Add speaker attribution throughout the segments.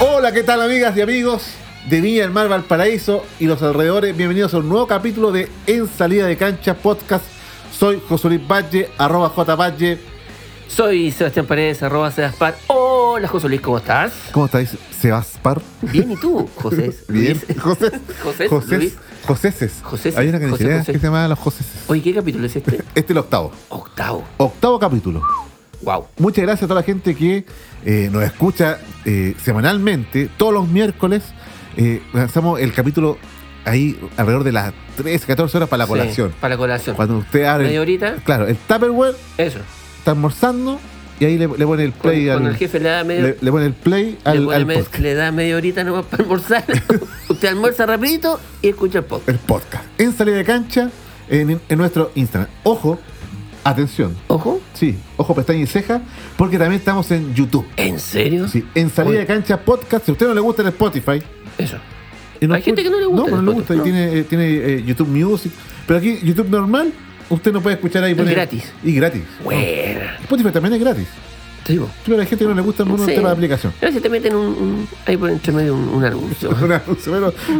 Speaker 1: Hola, ¿qué tal amigas y amigos de Viña del Mar Valparaíso y los alrededores? Bienvenidos a un nuevo capítulo de En Salida de Cancha Podcast. Soy José Luis Valle, arroba J Valle.
Speaker 2: Soy Sebastián Paredes, arroba Sebaspar. Hola, José Luis, ¿cómo estás?
Speaker 1: ¿Cómo estáis, Sebaspar?
Speaker 2: Bien, ¿y tú, José?
Speaker 1: Bien.
Speaker 2: Luis?
Speaker 1: José.
Speaker 2: José,
Speaker 1: José.
Speaker 2: Luis.
Speaker 1: Joseces.
Speaker 2: Joseces,
Speaker 1: Hay una
Speaker 2: José,
Speaker 1: canción que
Speaker 2: José.
Speaker 1: se llama Los Joseces.
Speaker 2: Oye, ¿qué capítulo es este?
Speaker 1: Este es el octavo.
Speaker 2: Octavo.
Speaker 1: Octavo capítulo.
Speaker 2: Wow.
Speaker 1: Muchas gracias a toda la gente que eh, nos escucha eh, semanalmente, todos los miércoles. eh, lanzamos el capítulo ahí alrededor de las 13, 14 horas para la colación.
Speaker 2: para la colación.
Speaker 1: Cuando usted abre.
Speaker 2: Media horita.
Speaker 1: Claro, el Tupperware
Speaker 2: Eso.
Speaker 1: está almorzando y ahí le, le pone el
Speaker 2: Cuando,
Speaker 1: play
Speaker 2: cuando
Speaker 1: al.
Speaker 2: el jefe le da medio...
Speaker 1: le, le pone el play
Speaker 2: le
Speaker 1: al,
Speaker 2: pone
Speaker 1: al
Speaker 2: me-
Speaker 1: podcast.
Speaker 2: le da media horita nomás para almorzar. Usted almuerza rapidito y escucha el podcast.
Speaker 1: El podcast. En salida de cancha, en, en nuestro Instagram. Ojo, atención.
Speaker 2: Ojo.
Speaker 1: Sí, ojo, pestaña y ceja, porque también estamos en YouTube.
Speaker 2: ¿En serio?
Speaker 1: Sí, en salida
Speaker 2: Oye.
Speaker 1: de cancha podcast. Si a usted no le gusta el Spotify,
Speaker 2: Eso.
Speaker 1: Y
Speaker 2: Hay gente que no le gusta
Speaker 1: No,
Speaker 2: el
Speaker 1: no le gusta. y
Speaker 2: Spotify.
Speaker 1: tiene, eh, tiene eh, YouTube Music. Pero aquí, YouTube normal, usted no puede escuchar ahí.
Speaker 2: Es gratis.
Speaker 1: Y gratis.
Speaker 2: Buena.
Speaker 1: Spotify también es gratis.
Speaker 2: Te digo.
Speaker 1: Pero hay gente que no le gusta algunos
Speaker 2: Sí.
Speaker 1: temas de aplicación.
Speaker 2: A veces te meten un, un- ahí por entre medio un, un anuncio. ¿eh?
Speaker 1: pero,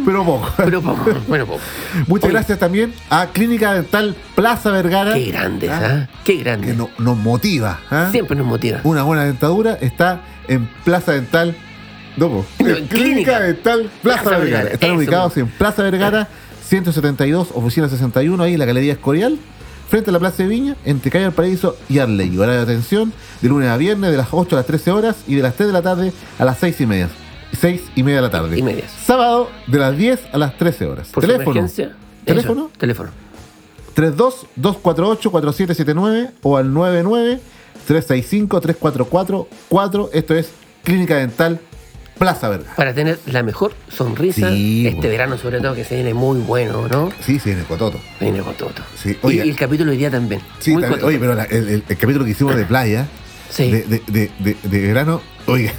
Speaker 1: pero poco.
Speaker 2: Pero poco, bueno, poco.
Speaker 1: Muchas
Speaker 2: Oye.
Speaker 1: gracias también a Clínica Dental Plaza Vergara.
Speaker 2: Qué grandes,
Speaker 1: Ah,
Speaker 2: ¿ah? Qué
Speaker 1: Que
Speaker 2: grandes.
Speaker 1: no- nos motiva. ¿ah?
Speaker 2: Siempre nos motiva.
Speaker 1: Una buena dentadura está en Plaza Dental. No, po,
Speaker 2: No,
Speaker 1: en
Speaker 2: en
Speaker 1: Clínica
Speaker 2: Clínica
Speaker 1: Dental Plaza,
Speaker 2: Plaza
Speaker 1: Vergara.
Speaker 2: Vergara,
Speaker 1: Están
Speaker 2: eso.
Speaker 1: ubicados en Plaza Vergara, 172, oficina 61, ahí en la Galería Escorial, frente a la Plaza de Viña, entre Calle Valparaíso y Arley. Horario de atención de lunes a viernes, de las 8 a las 13 horas y de las 3 de la tarde a las 6 y media. 6 y media de la tarde.
Speaker 2: Y medias.
Speaker 1: Sábado de las 10 a las 13 horas.
Speaker 2: Por su
Speaker 1: Teléfono.
Speaker 2: emergencia,
Speaker 1: ¿Teléfono?
Speaker 2: eso, teléfono.
Speaker 1: 32-248-4779 o al 99-365-344-4. Esto es Clínica Dental Plaza Verga.
Speaker 2: Para tener la mejor sonrisa
Speaker 1: Sí,
Speaker 2: este
Speaker 1: bueno.
Speaker 2: verano, sobre todo, que se viene muy bueno, ¿no?
Speaker 1: Sí, sí, en el Cototo.
Speaker 2: Se viene con todo.
Speaker 1: Sí,
Speaker 2: y,
Speaker 1: oiga.
Speaker 2: y el capítulo iría también.
Speaker 1: Sí,
Speaker 2: muy
Speaker 1: también-
Speaker 2: cototo.
Speaker 1: oye, pero la- el, el- el capítulo que hicimos de playa,
Speaker 2: Sí.
Speaker 1: de, de, de, de- de verano, oiga,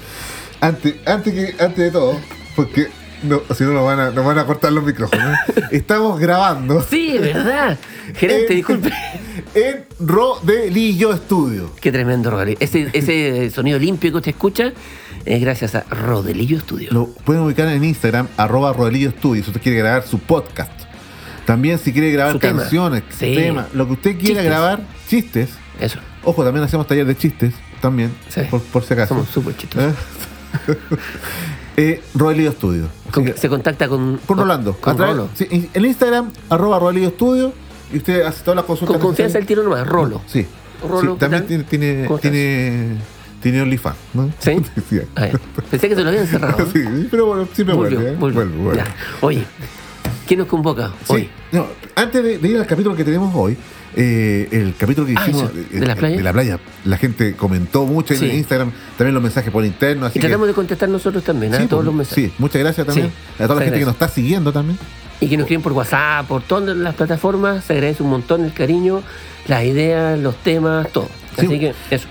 Speaker 1: antes, antes, que, antes de todo, porque no, si no nos van, a, nos van a cortar los micrófonos, estamos grabando
Speaker 2: Sí, ¿verdad? Gerente,
Speaker 1: Eh.
Speaker 2: disculpe.
Speaker 1: en Rodelillo Estudio.
Speaker 2: Qué tremendo, Rodelillo. Ese, ese sonido limpio que usted escucha es gracias a Rodelillo Studio.
Speaker 1: Lo pueden ubicar en Instagram, arroba Rodelillo Studio, si usted quiere grabar su podcast. También si quiere grabar
Speaker 2: Su tema.
Speaker 1: canciones,
Speaker 2: Sí.
Speaker 1: temas, lo que usted quiera
Speaker 2: Chistes.
Speaker 1: grabar, chistes.
Speaker 2: Eso.
Speaker 1: Ojo, también hacemos taller de chistes, también,
Speaker 2: Sí.
Speaker 1: por, por si acaso.
Speaker 2: Somos súper chistosos.
Speaker 1: ¿Eh? Eh, Rodelillo Studio. Así
Speaker 2: Con-
Speaker 1: que-
Speaker 2: se contacta con,
Speaker 1: con Rolando.
Speaker 2: Con
Speaker 1: A través-
Speaker 2: Rolo.
Speaker 1: sí, en- en Instagram, arroba Rodelillo Studio, y usted hace todas las consultas.
Speaker 2: Con confianza el tiro nomás, Rolo.
Speaker 1: Sí.
Speaker 2: Rolo,
Speaker 1: Sí,
Speaker 2: ¿qué
Speaker 1: también tiene,
Speaker 2: tal?
Speaker 1: tiene,
Speaker 2: ¿Cómo estás?
Speaker 1: tiene, tiene OnlyFans, ¿no?
Speaker 2: ¿Sí?
Speaker 1: sí.
Speaker 2: Ah, ya. Pensé que se lo habían cerrado.
Speaker 1: Sí, pero bueno, siempre
Speaker 2: Volvió,
Speaker 1: vuelve. ¿eh?
Speaker 2: volvió.
Speaker 1: Vuelve, vuelve.
Speaker 2: Ya. Oye, ¿quién nos convoca
Speaker 1: Sí,
Speaker 2: hoy?
Speaker 1: no, antes de, de ir al capítulo que tenemos hoy, eh, el capítulo que
Speaker 2: Ah,
Speaker 1: hicimos
Speaker 2: eso,
Speaker 1: eh,
Speaker 2: ¿de la playa?
Speaker 1: la gente comentó mucho
Speaker 2: Sí.
Speaker 1: en Instagram, también los mensajes por interno, así
Speaker 2: Y
Speaker 1: que
Speaker 2: tratamos de contestar nosotros también, ¿ah?
Speaker 1: sí,
Speaker 2: todos
Speaker 1: pues,
Speaker 2: los mensajes.
Speaker 1: sí, muchas gracias también
Speaker 2: Sí,
Speaker 1: a toda la
Speaker 2: se
Speaker 1: gente que
Speaker 2: agradece.
Speaker 1: nos está siguiendo también.
Speaker 2: Y que nos escriben por WhatsApp, por todas las plataformas. Se agradece un montón el cariño, las ideas, los temas, todo.
Speaker 1: Sí.
Speaker 2: Así que eso.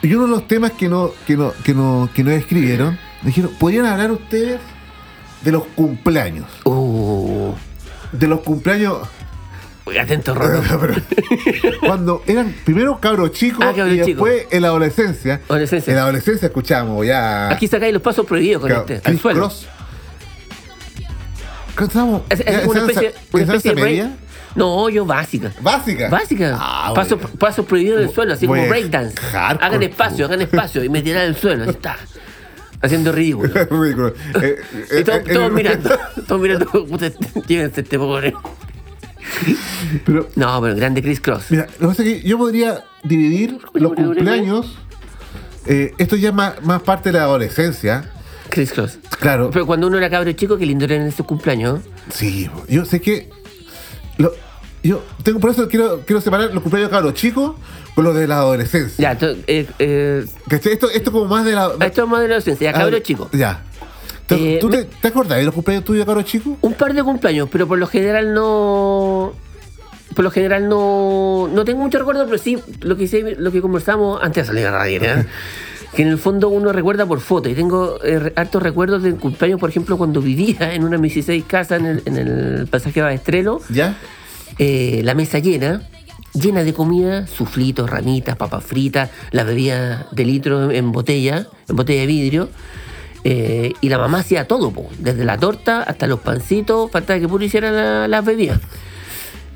Speaker 1: Y uno de los temas que no que no que no que nos escribieron, dijeron, "¿Podrían hablar ustedes de los cumpleaños?"
Speaker 2: Uh,
Speaker 1: De los cumpleaños
Speaker 2: atento, Rolo.
Speaker 1: cuando eran primero cabros chicos
Speaker 2: Ah, cabros
Speaker 1: y después en la adolescencia.
Speaker 2: Adolescencia.
Speaker 1: En la adolescencia escuchamos ya
Speaker 2: Aquí sacáis los pasos prohibidos con
Speaker 1: Claro,
Speaker 2: este.
Speaker 1: Chris
Speaker 2: Al suelo.
Speaker 1: Cross. ¿Qué estamos?
Speaker 2: Es, es
Speaker 1: ¿Ya
Speaker 2: una
Speaker 1: enseñanza-
Speaker 2: especie, una
Speaker 1: enseñanza
Speaker 2: especie de break-
Speaker 1: media?
Speaker 2: No, yo básica.
Speaker 1: Básica.
Speaker 2: Básica.
Speaker 1: Ah,
Speaker 2: pasos,
Speaker 1: bueno.
Speaker 2: pasos prohibidos en el suelo, así
Speaker 1: Voy
Speaker 2: como
Speaker 1: a
Speaker 2: breakdance.
Speaker 1: hardcore,
Speaker 2: Hagan espacio,
Speaker 1: po.
Speaker 2: hagan espacio. Y me tiran al suelo, ahí está. Haciendo ridículo.
Speaker 1: Ridículo. Eh, eh,
Speaker 2: Y todos,
Speaker 1: eh,
Speaker 2: todos
Speaker 1: eh,
Speaker 2: mirando, todos mirando, puta, este- llévense este pobre.
Speaker 1: Pero,
Speaker 2: No, pero grande Chris Cross.
Speaker 1: mira, lo que pasa es que yo podría dividir los cumpleaños. eh, esto ya es más, más parte de la adolescencia.
Speaker 2: Chris Cross.
Speaker 1: Claro.
Speaker 2: Pero cuando uno era cabro chico, qué lindo era en su cumpleaños. ¿eh?
Speaker 1: Sí, yo sé que. lo- yo tengo, por eso quiero, quiero separar los cumpleaños cabros chicos con los de la adolescencia.
Speaker 2: Ya, to- eh, eh,
Speaker 1: ¿Cachai? Esto, esto como más de la.
Speaker 2: esto es más de la docencia, ya cabro
Speaker 1: Ah,
Speaker 2: chico.
Speaker 1: Ya. ¿Tú,
Speaker 2: Eh,
Speaker 1: tú
Speaker 2: me-
Speaker 1: te, te acordás de los cumpleaños tuyos de cabro chico?
Speaker 2: Un par de cumpleaños, pero por lo general no. Por lo general no, no tengo mucho recuerdo, pero sí lo que hice- lo que conversamos antes de salir a radio, ¿eh? que en el fondo uno recuerda por foto. Y tengo eh, re- hartos recuerdos de cumpleaños, por ejemplo, cuando vivía en una de mis 16 casas en el, en el pasaje Baestrelo.
Speaker 1: ¿Ya?
Speaker 2: eh, la mesa llena, llena de comida, suflitos, ramitas, papas fritas, las bebidas de litro en, en botella, en botella de vidrio, Eh, y la mamá hacía todo, po, desde la torta hasta los pancitos, faltaba que puro hiciera la- las bebidas.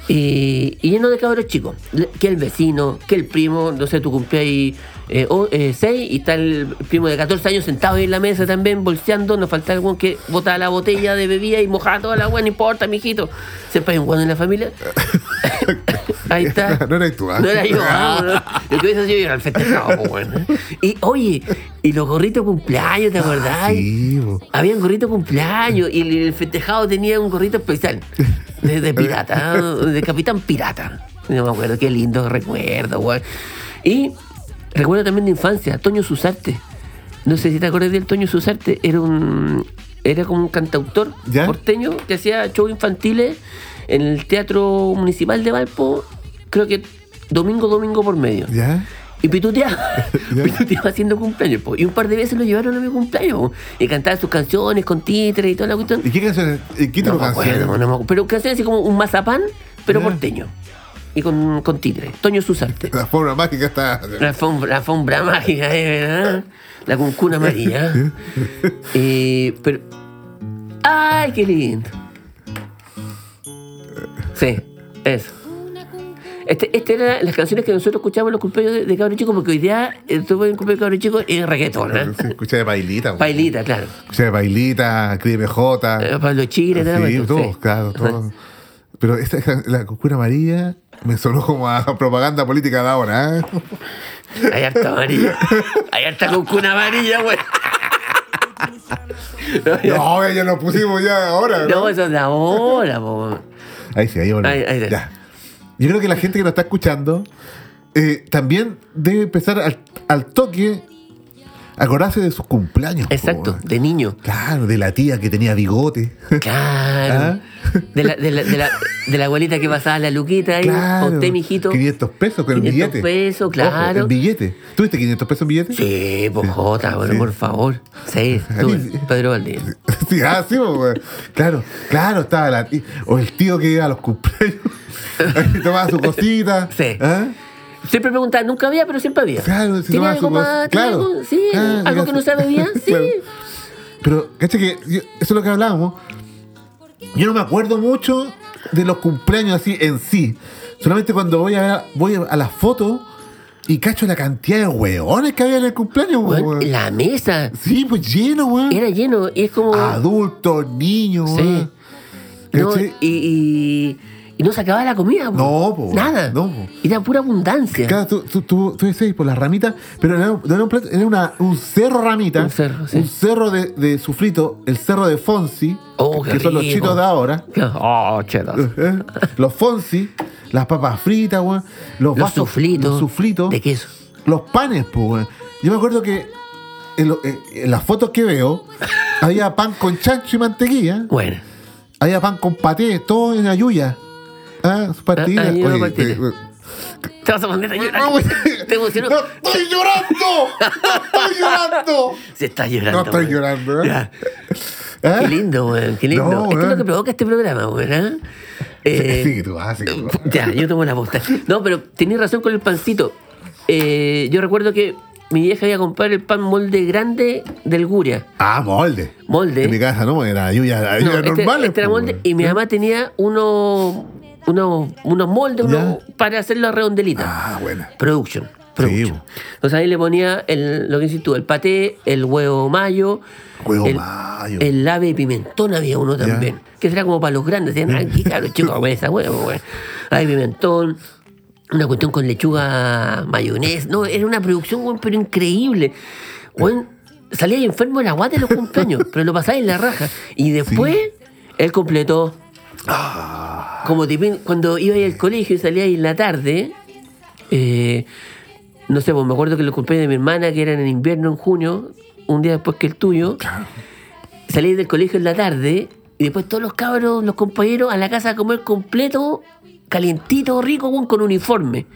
Speaker 2: Y, y lleno de cabros chicos, Le- que el vecino, que el primo, no sé, tú cumplías eh, 6 y está el primo de 14 años sentado ahí en la mesa también, bolseando, nos faltaba el weón que botaba la botella de bebida y mojaba toda la agua, no importa, mijito. Siempre hay un weón en la familia. ahí está.
Speaker 1: no eres tú, ¿ah?
Speaker 2: No era yo. ah, no. Lo que hubiese sido yo era el festejado, po, weón. Y oye, y los gorritos de cumpleaños, ¿te acordás?
Speaker 1: Sí, po.
Speaker 2: Había un gorrito de cumpleaños y el, el festejado tenía un gorrito especial de, de pirata, ¿ah? de capitán pirata. No me acuerdo, qué lindo recuerdo, weón. Y recuerdo también de infancia, Toño Susarte. No sé si te acuerdas del Toño Susarte, era un era como un cantautor
Speaker 1: ¿Ya?
Speaker 2: porteño que hacía shows infantiles en el Teatro Municipal de Valpo, creo que domingo, domingo por medio.
Speaker 1: ¿Ya?
Speaker 2: Y pituteaba,
Speaker 1: Ya.
Speaker 2: pituteaba haciendo cumpleaños. po. Y un par de veces lo llevaron a mi cumpleaños. po. Y cantaba sus canciones con títeres y toda la cuestión.
Speaker 1: ¿Y qué canciones? ¿Y qué tipo
Speaker 2: No
Speaker 1: de
Speaker 2: me
Speaker 1: canciones?
Speaker 2: acuerdo, no me acuerdo. Pero canciones así como un mazapán, pero
Speaker 1: Ya.
Speaker 2: porteño. Y con, con títeres. Toño Susarte.
Speaker 1: La forma mágica está.
Speaker 2: La alfombra, la alfombra mágica, ¿eh? ¿verdad? La cuncuna amarilla. Eh, pero. ¡Ay, qué lindo! Sí, eso. Este, este eran las canciones que nosotros escuchábamos en los cumpleaños de, de cabros chicos, porque hoy día el tubo de cumpleaños de cabros chicos es reggaetón, ¿eh?
Speaker 1: Sí, Escuché de bailita. po.
Speaker 2: Bailita, claro.
Speaker 1: Escuché de bailita, Cris
Speaker 2: Eh,
Speaker 1: J.
Speaker 2: Pablo Chile, nada
Speaker 1: Ah. Sí, todo, claro, todo. Pero esta, la cucura amarilla me sonó como a propaganda política de ahora. ¿eh?
Speaker 2: Hay harta amarilla. Hay harta cuncuna amarilla, güey.
Speaker 1: No, ya lo pusimos ya ahora. ¿no?
Speaker 2: No, eso es de ahora, po.
Speaker 1: Ahí sí, ahí volvemos.
Speaker 2: Ahí- ahí está.
Speaker 1: Ya. Yo creo que la gente que nos está escuchando eh, también debe empezar al, al toque a acordarse de sus cumpleaños. po,
Speaker 2: Exacto,
Speaker 1: weón.
Speaker 2: de niño.
Speaker 1: Claro, de la tía que tenía bigote.
Speaker 2: Claro.
Speaker 1: ¿Ah?
Speaker 2: De, la, de, la, de, la, de la abuelita que pasaba la luquita ahí. A
Speaker 1: Claro.
Speaker 2: usted, mijito.
Speaker 1: 500 pesos con
Speaker 2: 500
Speaker 1: el billete.
Speaker 2: pesos,
Speaker 1: Ojo,
Speaker 2: claro.
Speaker 1: en billete. ¿Tuviste 500 pesos en billete?
Speaker 2: Sí, pues Jota, bueno, por favor. Sí, tú,
Speaker 1: Sí.
Speaker 2: Pedro Valdés.
Speaker 1: Sí, ah, sí, po, weón. claro, claro, estaba la tía. O el tío que iba a los cumpleaños. Ahí tomaba su cosita.
Speaker 2: Sí.
Speaker 1: ¿Ah?
Speaker 2: Siempre preguntaba, nunca había, pero siempre había.
Speaker 1: Claro, se
Speaker 2: ¿Tiene
Speaker 1: tomaba
Speaker 2: algo
Speaker 1: su
Speaker 2: más?
Speaker 1: cosa-
Speaker 2: ¿Tiene
Speaker 1: claro.
Speaker 2: algo? Sí,
Speaker 1: Ah,
Speaker 2: algo que no
Speaker 1: gracias.
Speaker 2: sabe bien, sí.
Speaker 1: Claro. Pero, ¿cacha que yo- eso es lo que hablábamos? Yo no me acuerdo mucho de los cumpleaños así en sí. Solamente cuando voy a ver, voy a las fotos y cacho la cantidad de hueones que había en el cumpleaños,
Speaker 2: Bueno,
Speaker 1: weón.
Speaker 2: la mesa
Speaker 1: Sí, pues lleno, weón.
Speaker 2: eh, era lleno y es como.
Speaker 1: Ah, Adultos, niños,
Speaker 2: Sí.
Speaker 1: weón.
Speaker 2: no,
Speaker 1: ¿Cachai?
Speaker 2: y, y, y no se acababa la comida, po.
Speaker 1: No, po,
Speaker 2: Nada.
Speaker 1: no, po.
Speaker 2: Y era pura abundancia.
Speaker 1: Claro, tú, tú, tú, tú decías por las ramitas, pero no era, no era un plato, era una, un cerro ramita.
Speaker 2: Un cerro, sí.
Speaker 1: Un cerro de, de sufrito, el cerro de Fonsi,
Speaker 2: Oh,
Speaker 1: que
Speaker 2: qué
Speaker 1: son los
Speaker 2: rico.
Speaker 1: chitos de ahora.
Speaker 2: Oh, chetas.
Speaker 1: ¿eh? Los Fonsi, las papas fritas, weón. Los,
Speaker 2: Los
Speaker 1: vasos-
Speaker 2: suflitos.
Speaker 1: Los suflitos.
Speaker 2: De queso.
Speaker 1: Los panes, pues, weón. Yo me acuerdo que en, lo- en- en las fotos que veo, había pan con chancho y mantequilla,
Speaker 2: Bueno.
Speaker 1: había pan con paté, todo en ayuya. Ah, sus pastillas.
Speaker 2: Ah, ayuya,
Speaker 1: Oye,
Speaker 2: pastillas.
Speaker 1: te-
Speaker 2: Te vas a poner a llorar.
Speaker 1: No,
Speaker 2: Te emocionó.
Speaker 1: ¡No estoy llorando! ¡No estoy llorando!
Speaker 2: Se está llorando.
Speaker 1: No estoy
Speaker 2: weón.
Speaker 1: llorando, ¿eh?
Speaker 2: Ya.
Speaker 1: ¿Eh?
Speaker 2: Qué lindo, weón. Qué lindo.
Speaker 1: No,
Speaker 2: Esto es
Speaker 1: weón.
Speaker 2: lo que provoca este programa, weón. ¿eh? Eh,
Speaker 1: Sí, tú, ah, sí, tú.
Speaker 2: Ya, yo tomo la posta. No, pero tenías razón con el pancito. Eh, yo recuerdo que mi vieja iba a comprar el pan molde grande del Guria.
Speaker 1: Ah, molde.
Speaker 2: Molde.
Speaker 1: En mi casa, ¿no? Era ayuya,
Speaker 2: No,
Speaker 1: ayuya
Speaker 2: este-
Speaker 1: normales.
Speaker 2: este era
Speaker 1: po,
Speaker 2: molde,
Speaker 1: pues, weón.
Speaker 2: y mi mamá tenía unos, unos, unos moldes
Speaker 1: Ya.
Speaker 2: unos- para hacer las redondelitas.
Speaker 1: Ah, buena.
Speaker 2: Production. Production.
Speaker 1: po.
Speaker 2: Entonces ahí le ponía el, lo que dices tú, el paté, el huevo mayo.
Speaker 1: Huevo
Speaker 2: el,
Speaker 1: mayo.
Speaker 2: El ave de pimentón había uno también. Que será como para los grandes. Decían, aquí, claro, chicos, güey, esa huevo, güey. Ave de pimentón. Una cuestión con lechuga mayonesa. No, era una producción, güey, pero increíble. Güey, salía ahí enfermo de la guata en los cumpleaños, pero lo pasaba en la raja. Y después, él completó.
Speaker 1: Ah.
Speaker 2: Como tipín, cuando iba ahí al colegio y salía ahí en la tarde, eh, no sé, pues me acuerdo que los cumpleaños de mi hermana, que eran en invierno, en junio, un día después que el tuyo, salí del colegio en la tarde y después todos los cabros, los compañeros, a la casa a comer completo, calientito, rico, weón, con uniforme.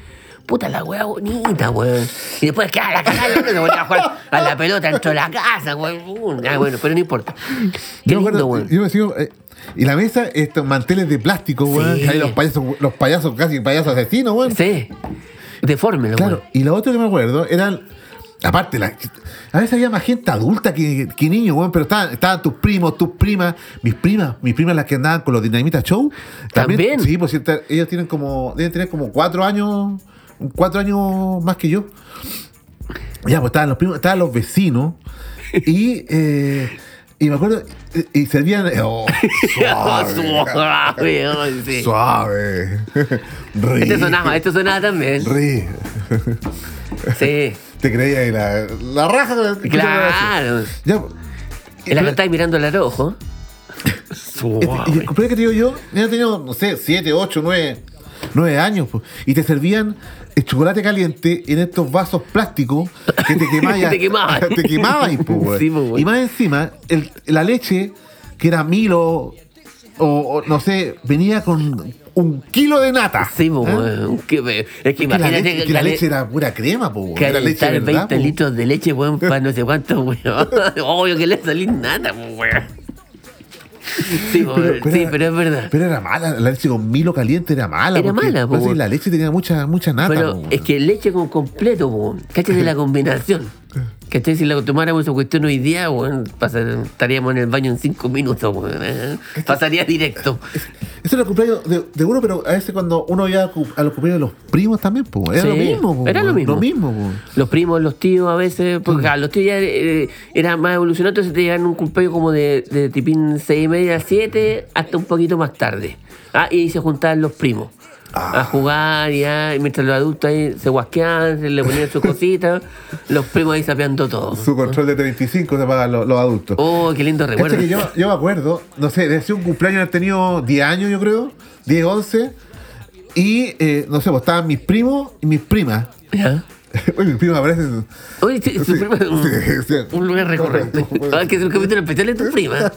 Speaker 2: Puta la weá bonita, weón. Y después que a la casa se ponía a jugar a la pelota dentro de la casa, weón. Ah, bueno, pero no importa. Qué
Speaker 1: yo me
Speaker 2: lindo,
Speaker 1: acuerdo-
Speaker 2: weón.
Speaker 1: yo me sigo, eh, y la mesa, estos manteles de plástico, weón.
Speaker 2: Sí.
Speaker 1: que hay los payasos, los payasos casi payasos asesinos, weón.
Speaker 2: Sí. Deforme,
Speaker 1: Claro. Y lo otro que me acuerdo eran Aparte, la, a veces había más gente adulta que, que niños, weón, pero estaban, estaban tus primos, tus primas, mis primas, mis primas las que andaban con los Dinamita Show.
Speaker 2: También.
Speaker 1: Sí, pues sí, ta- ellas tienen como, deben tener como cuatro años, cuatro años más que yo. Ya, pues estaban los primos, estaban los vecinos. Y, eh, y me acuerdo, eh, y servían. oh, suave,
Speaker 2: Suave, oh, sí.
Speaker 1: suave. Ri,
Speaker 2: Este sonaba, este sonaba también.
Speaker 1: ri.
Speaker 2: Sí,
Speaker 1: Te creía ahí la, la raja. con la-
Speaker 2: claro.
Speaker 1: Ya, pues.
Speaker 2: Y la cantáis mirando al ojo. Suave.
Speaker 1: Este, y el cumpleaños que te digo yo, yo tenía, no sé, 7, 8, 9, 9 años, po. y te servían el chocolate caliente en estos vasos plásticos que te quemaban.
Speaker 2: Que te quemaban.
Speaker 1: te quemaban, po, weón.
Speaker 2: Sí, po, weón.
Speaker 1: y más encima, el- la leche, que era Milo, o, o no sé, venía con un kilo de nata.
Speaker 2: Sí, pues,
Speaker 1: ¿Eh?
Speaker 2: weón. Qué pe- Es que
Speaker 1: Que la,
Speaker 2: imagínate
Speaker 1: leche, que la
Speaker 2: le-
Speaker 1: leche era pura crema, po, weón.
Speaker 2: que
Speaker 1: era leche de
Speaker 2: alentar
Speaker 1: verdad. pues,
Speaker 2: 20
Speaker 1: po.
Speaker 2: litros de leche, weón, para no sé cuánto, weón. Obvio que le salí nada, pues, weón. Sí, po, weón. sí,
Speaker 1: era-
Speaker 2: pero es verdad.
Speaker 1: Pero era mala, la leche con Milo caliente era mala.
Speaker 2: Era
Speaker 1: porque
Speaker 2: mala, po,
Speaker 1: parece que
Speaker 2: weón.
Speaker 1: La leche tenía mucha, mucha nata. po,
Speaker 2: Pero
Speaker 1: weón.
Speaker 2: es que leche con completo, weón. Cáchate la combinación. ¿Cachai? Si la tomáramos esa cuestión hoy día, weón, pasar- estaríamos en el baño en 5 minutos, weón. ¿eh? Pasaría directo.
Speaker 1: Eso era el cumpleaños de, de uno, pero a veces cuando uno iba a, cu- a los cumpleaños de los primos también, po, era
Speaker 2: Sí,
Speaker 1: lo mismo. po,
Speaker 2: era lo mismo.
Speaker 1: Lo mismo, po.
Speaker 2: Los primos, los tíos a veces,
Speaker 1: Mm.
Speaker 2: porque claro, los tíos ya eh, eran más evolucionados, entonces te llegan un cumpleaños como de, de tipín 6 y media a 7 hasta un poquito más tarde. Ah, y ahí se juntaban los primos a jugar y, ah, y mientras los adultos ahí se guasqueaban, se le ponían sus cositas, los primos ahí sapeando todo.
Speaker 1: Su control de 35 se pagan los, los adultos.
Speaker 2: Oh, qué lindo
Speaker 1: Cacha
Speaker 2: recuerdo.
Speaker 1: Este que yo, yo me acuerdo, no sé, desde un cumpleaños haber tenido 10 años, yo creo, 10, 11, y eh, no sé, pues estaban mis primos y mis primas.
Speaker 2: Ya.
Speaker 1: Uy, mis primas aparecen.
Speaker 2: Oye, sí, su
Speaker 1: Sí,
Speaker 2: prima es un,
Speaker 1: sí, sí.
Speaker 2: un lugar recurrente.
Speaker 1: Correcto.
Speaker 2: Ah, que es un capítulo especial de tu prima.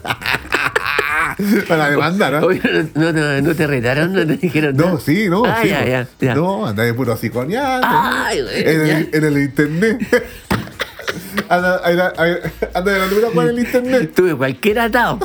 Speaker 1: Para demandar, ¿ah? ¿no?
Speaker 2: Oye, no, no, no te retaron, no te dijeron
Speaker 1: No,
Speaker 2: nada.
Speaker 1: sí, no.
Speaker 2: Ah,
Speaker 1: sí,
Speaker 2: ya,
Speaker 1: po.
Speaker 2: ya, ya.
Speaker 1: No, andaba de puro así con ya,
Speaker 2: Ay, güey,
Speaker 1: en,
Speaker 2: ya.
Speaker 1: el, en el internet. Anda, anda, anda de la luna por el internet.
Speaker 2: Tuve cualquier atado.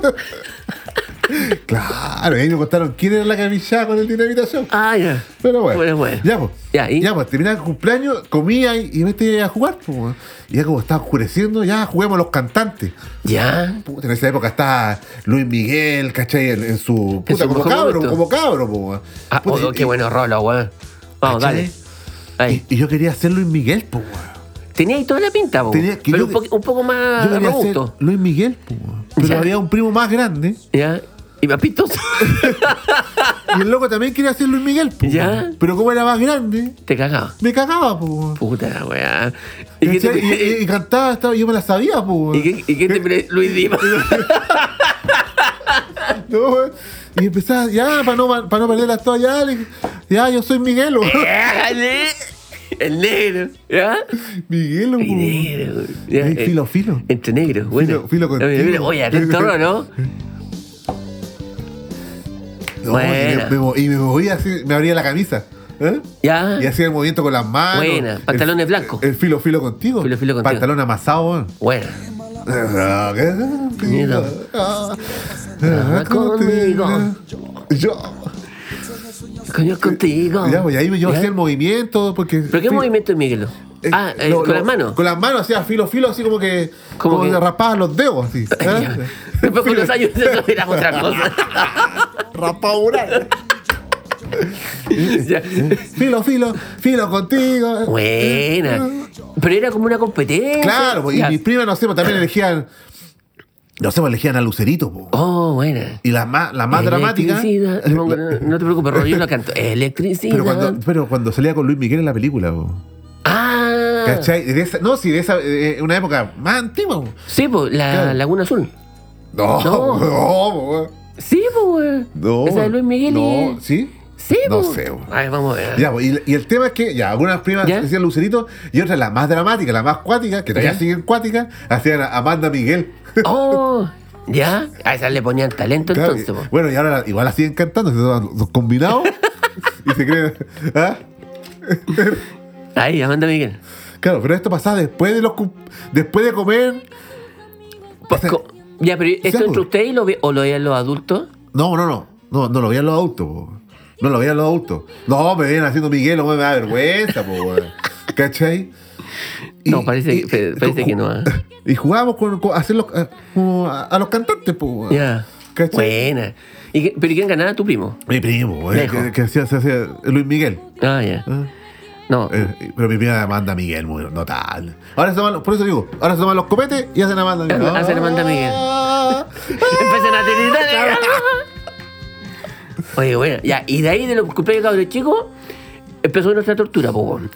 Speaker 1: Claro, y ahí me contaron quién era la camisada con el dinamita show.
Speaker 2: Ah, ya.
Speaker 1: Pero bueno,
Speaker 2: Bueno, bueno.
Speaker 1: ya pues,
Speaker 2: Ya, ¿y?
Speaker 1: ya pues, terminaba el cumpleaños, comía y, y me metía a jugar. pues, weón. y ya como estaba oscureciendo, ya juguemos los cantantes.
Speaker 2: Ya.
Speaker 1: Puta, en esa época estaba Luis Miguel, ¿cachai? En, en su. Puta,
Speaker 2: su
Speaker 1: como
Speaker 2: mejor
Speaker 1: cabro,
Speaker 2: momento.
Speaker 1: como cabro, pues, weón.
Speaker 2: Ah,
Speaker 1: Puta,
Speaker 2: oh,
Speaker 1: y-
Speaker 2: qué bueno rolo, weón. Vamos,
Speaker 1: ¿cachai?
Speaker 2: dale. Ahí.
Speaker 1: y, y yo quería ser Luis Miguel, pues, weón.
Speaker 2: Tenía ahí toda la pinta, weón.
Speaker 1: Tenía que
Speaker 2: Pero
Speaker 1: yo-
Speaker 2: un, poqu- un poco
Speaker 1: Yo
Speaker 2: más
Speaker 1: quería ser
Speaker 2: robusto.
Speaker 1: Luis Miguel, po, weón. pero
Speaker 2: Ah, Ya.
Speaker 1: había un primo más grande
Speaker 2: Ya. Y más pistoso.
Speaker 1: y el loco también quería ser Luis Miguel, po,
Speaker 2: Ya.
Speaker 1: weón. pero como era más grande,
Speaker 2: Te cagaba.
Speaker 1: me cagaba, po, weón.
Speaker 2: Puta, weón. ¿Y qué
Speaker 1: ¿Cachai?
Speaker 2: te-
Speaker 1: Y, y- y cantaba, estaba- yo me la sabía, po, weón.
Speaker 2: ¿Y qué, y qué te pre- Luis Dimas?
Speaker 1: No, weón. y empezaba, ya, para no, para no perder las todas, ya, le- ya, yo soy Miguel, weón.
Speaker 2: Eh. El negro. ¿Ya?
Speaker 1: Miguel, po,
Speaker 2: El
Speaker 1: weón.
Speaker 2: negro. weón. Ya,
Speaker 1: Ahí,
Speaker 2: eh,
Speaker 1: Mm. filo, filo.
Speaker 2: Entre negros,
Speaker 1: Filo-
Speaker 2: bueno.
Speaker 1: filo
Speaker 2: Mira, mira,
Speaker 1: contigo.
Speaker 2: Oye, atento rolo, ¿no?
Speaker 1: No,
Speaker 2: Buena.
Speaker 1: y, me, mo- y me movía así, me abría la camisa. ¿eh?
Speaker 2: Ya.
Speaker 1: Y hacía el movimiento con las manos.
Speaker 2: Ah. Buena, pantalones
Speaker 1: El-
Speaker 2: blancos.
Speaker 1: El filo filo contigo.
Speaker 2: Filo, filo contigo.
Speaker 1: Pantalón amasado, weón.
Speaker 2: Bueno. Miedo.
Speaker 1: Ah,
Speaker 2: conmigo.
Speaker 1: Yo.
Speaker 2: Coño, contigo.
Speaker 1: Ya, pues, y ahí yo
Speaker 2: Ya.
Speaker 1: hacía el movimiento porque.
Speaker 2: ¿Pero qué movimiento es Miguelo? ah, eh, con las manos.
Speaker 1: Con las manos hacía filo filo así como que.
Speaker 2: Como
Speaker 1: Como,
Speaker 2: que-
Speaker 1: que raspaba los dedos así.
Speaker 2: Ya.
Speaker 1: ¿eh?
Speaker 2: Después con los años eso era otra cosa.
Speaker 1: Rapadura.
Speaker 2: Ya.
Speaker 1: Filo filo, filo contigo. ¿eh?
Speaker 2: Buena. Pero era como una competencia.
Speaker 1: Claro, pues, y
Speaker 2: Ya.
Speaker 1: mis primas, no sé, pues, también elegían. No sé, pues, elegían a Lucerito, po.
Speaker 2: Oh, buena.
Speaker 1: Y la más, la más dramática.
Speaker 2: Electricidad. No, no, no te preocupes, Rollo, yo lo canto. Electricidad.
Speaker 1: Pero cuando, pero cuando salía con Luis Miguel en la película, pues. po.
Speaker 2: Ah.
Speaker 1: ¿Cachai? De esa- no, sí, de esa, eh, una época más antigua. po.
Speaker 2: Sí, pues, la
Speaker 1: Claro.
Speaker 2: Laguna Azul.
Speaker 1: No,
Speaker 2: No.
Speaker 1: no, po,
Speaker 2: Sí, pues,
Speaker 1: no.
Speaker 2: Esa de Luis Miguel.
Speaker 1: No,
Speaker 2: y-
Speaker 1: ¿sí?
Speaker 2: Sí,
Speaker 1: No
Speaker 2: pues.
Speaker 1: sé, po.
Speaker 2: A ver, vamos a ver.
Speaker 1: Ya, po, y, y el tema es que, ya, algunas primas
Speaker 2: ¿Ya?
Speaker 1: hacían Lucerito y otras, la más dramática, la más cuática, que todavía
Speaker 2: ¿Ya?
Speaker 1: siguen cuáticas, hacían a Amanda Miguel.
Speaker 2: Oh, ya. A esa le ponían talento
Speaker 1: Claro,
Speaker 2: entonces,
Speaker 1: y-
Speaker 2: pues.
Speaker 1: bueno, y ahora la- igual la siguen cantando, se toman los combinados y se creen. ¿ah?
Speaker 2: Ahí, Amanda Miguel.
Speaker 1: Claro, pero esto pasaba después de los cum- después de comer.
Speaker 2: Pues,
Speaker 1: Ese-
Speaker 2: co- ya, pero ¿esto
Speaker 1: Ese-
Speaker 2: entre ustedes y lo ve- o lo veían los adultos?
Speaker 1: No, no, no. No, no lo veían los adultos, po. No lo veían los adultos. No, me vienen haciendo Miguel, no me da vergüenza, po, weón. ¿Cachai? Y-
Speaker 2: No, parece,
Speaker 1: y-
Speaker 2: pe-
Speaker 1: y-
Speaker 2: parece que no. ¿ah?
Speaker 1: Y jugábamos con, con hacer los- a, como a- a los cantantes, pues.
Speaker 2: Ya.
Speaker 1: ¿Cachai?
Speaker 2: Buena. ¿Y qué- ¿Pero y quién ganaba? Tu primo.
Speaker 1: Mi primo, eh,
Speaker 2: Lejos.
Speaker 1: que, que hacía, se hacía Luis Miguel.
Speaker 2: Ah, ya.
Speaker 1: Ah.
Speaker 2: No.
Speaker 1: Eh, pero mi primera demanda a Miguel, muy notable. Ahora se toman, los- por eso digo, ahora se toman los copetes y hacen la banda a Miguel.
Speaker 2: Hacen la banda a Miguel.
Speaker 1: Ah,
Speaker 2: Empiezan a tiritar. Oye, bueno, ya. Y de ahí, de los cumpleaños de cabros chicos, empezó nuestra tortura, po. weón.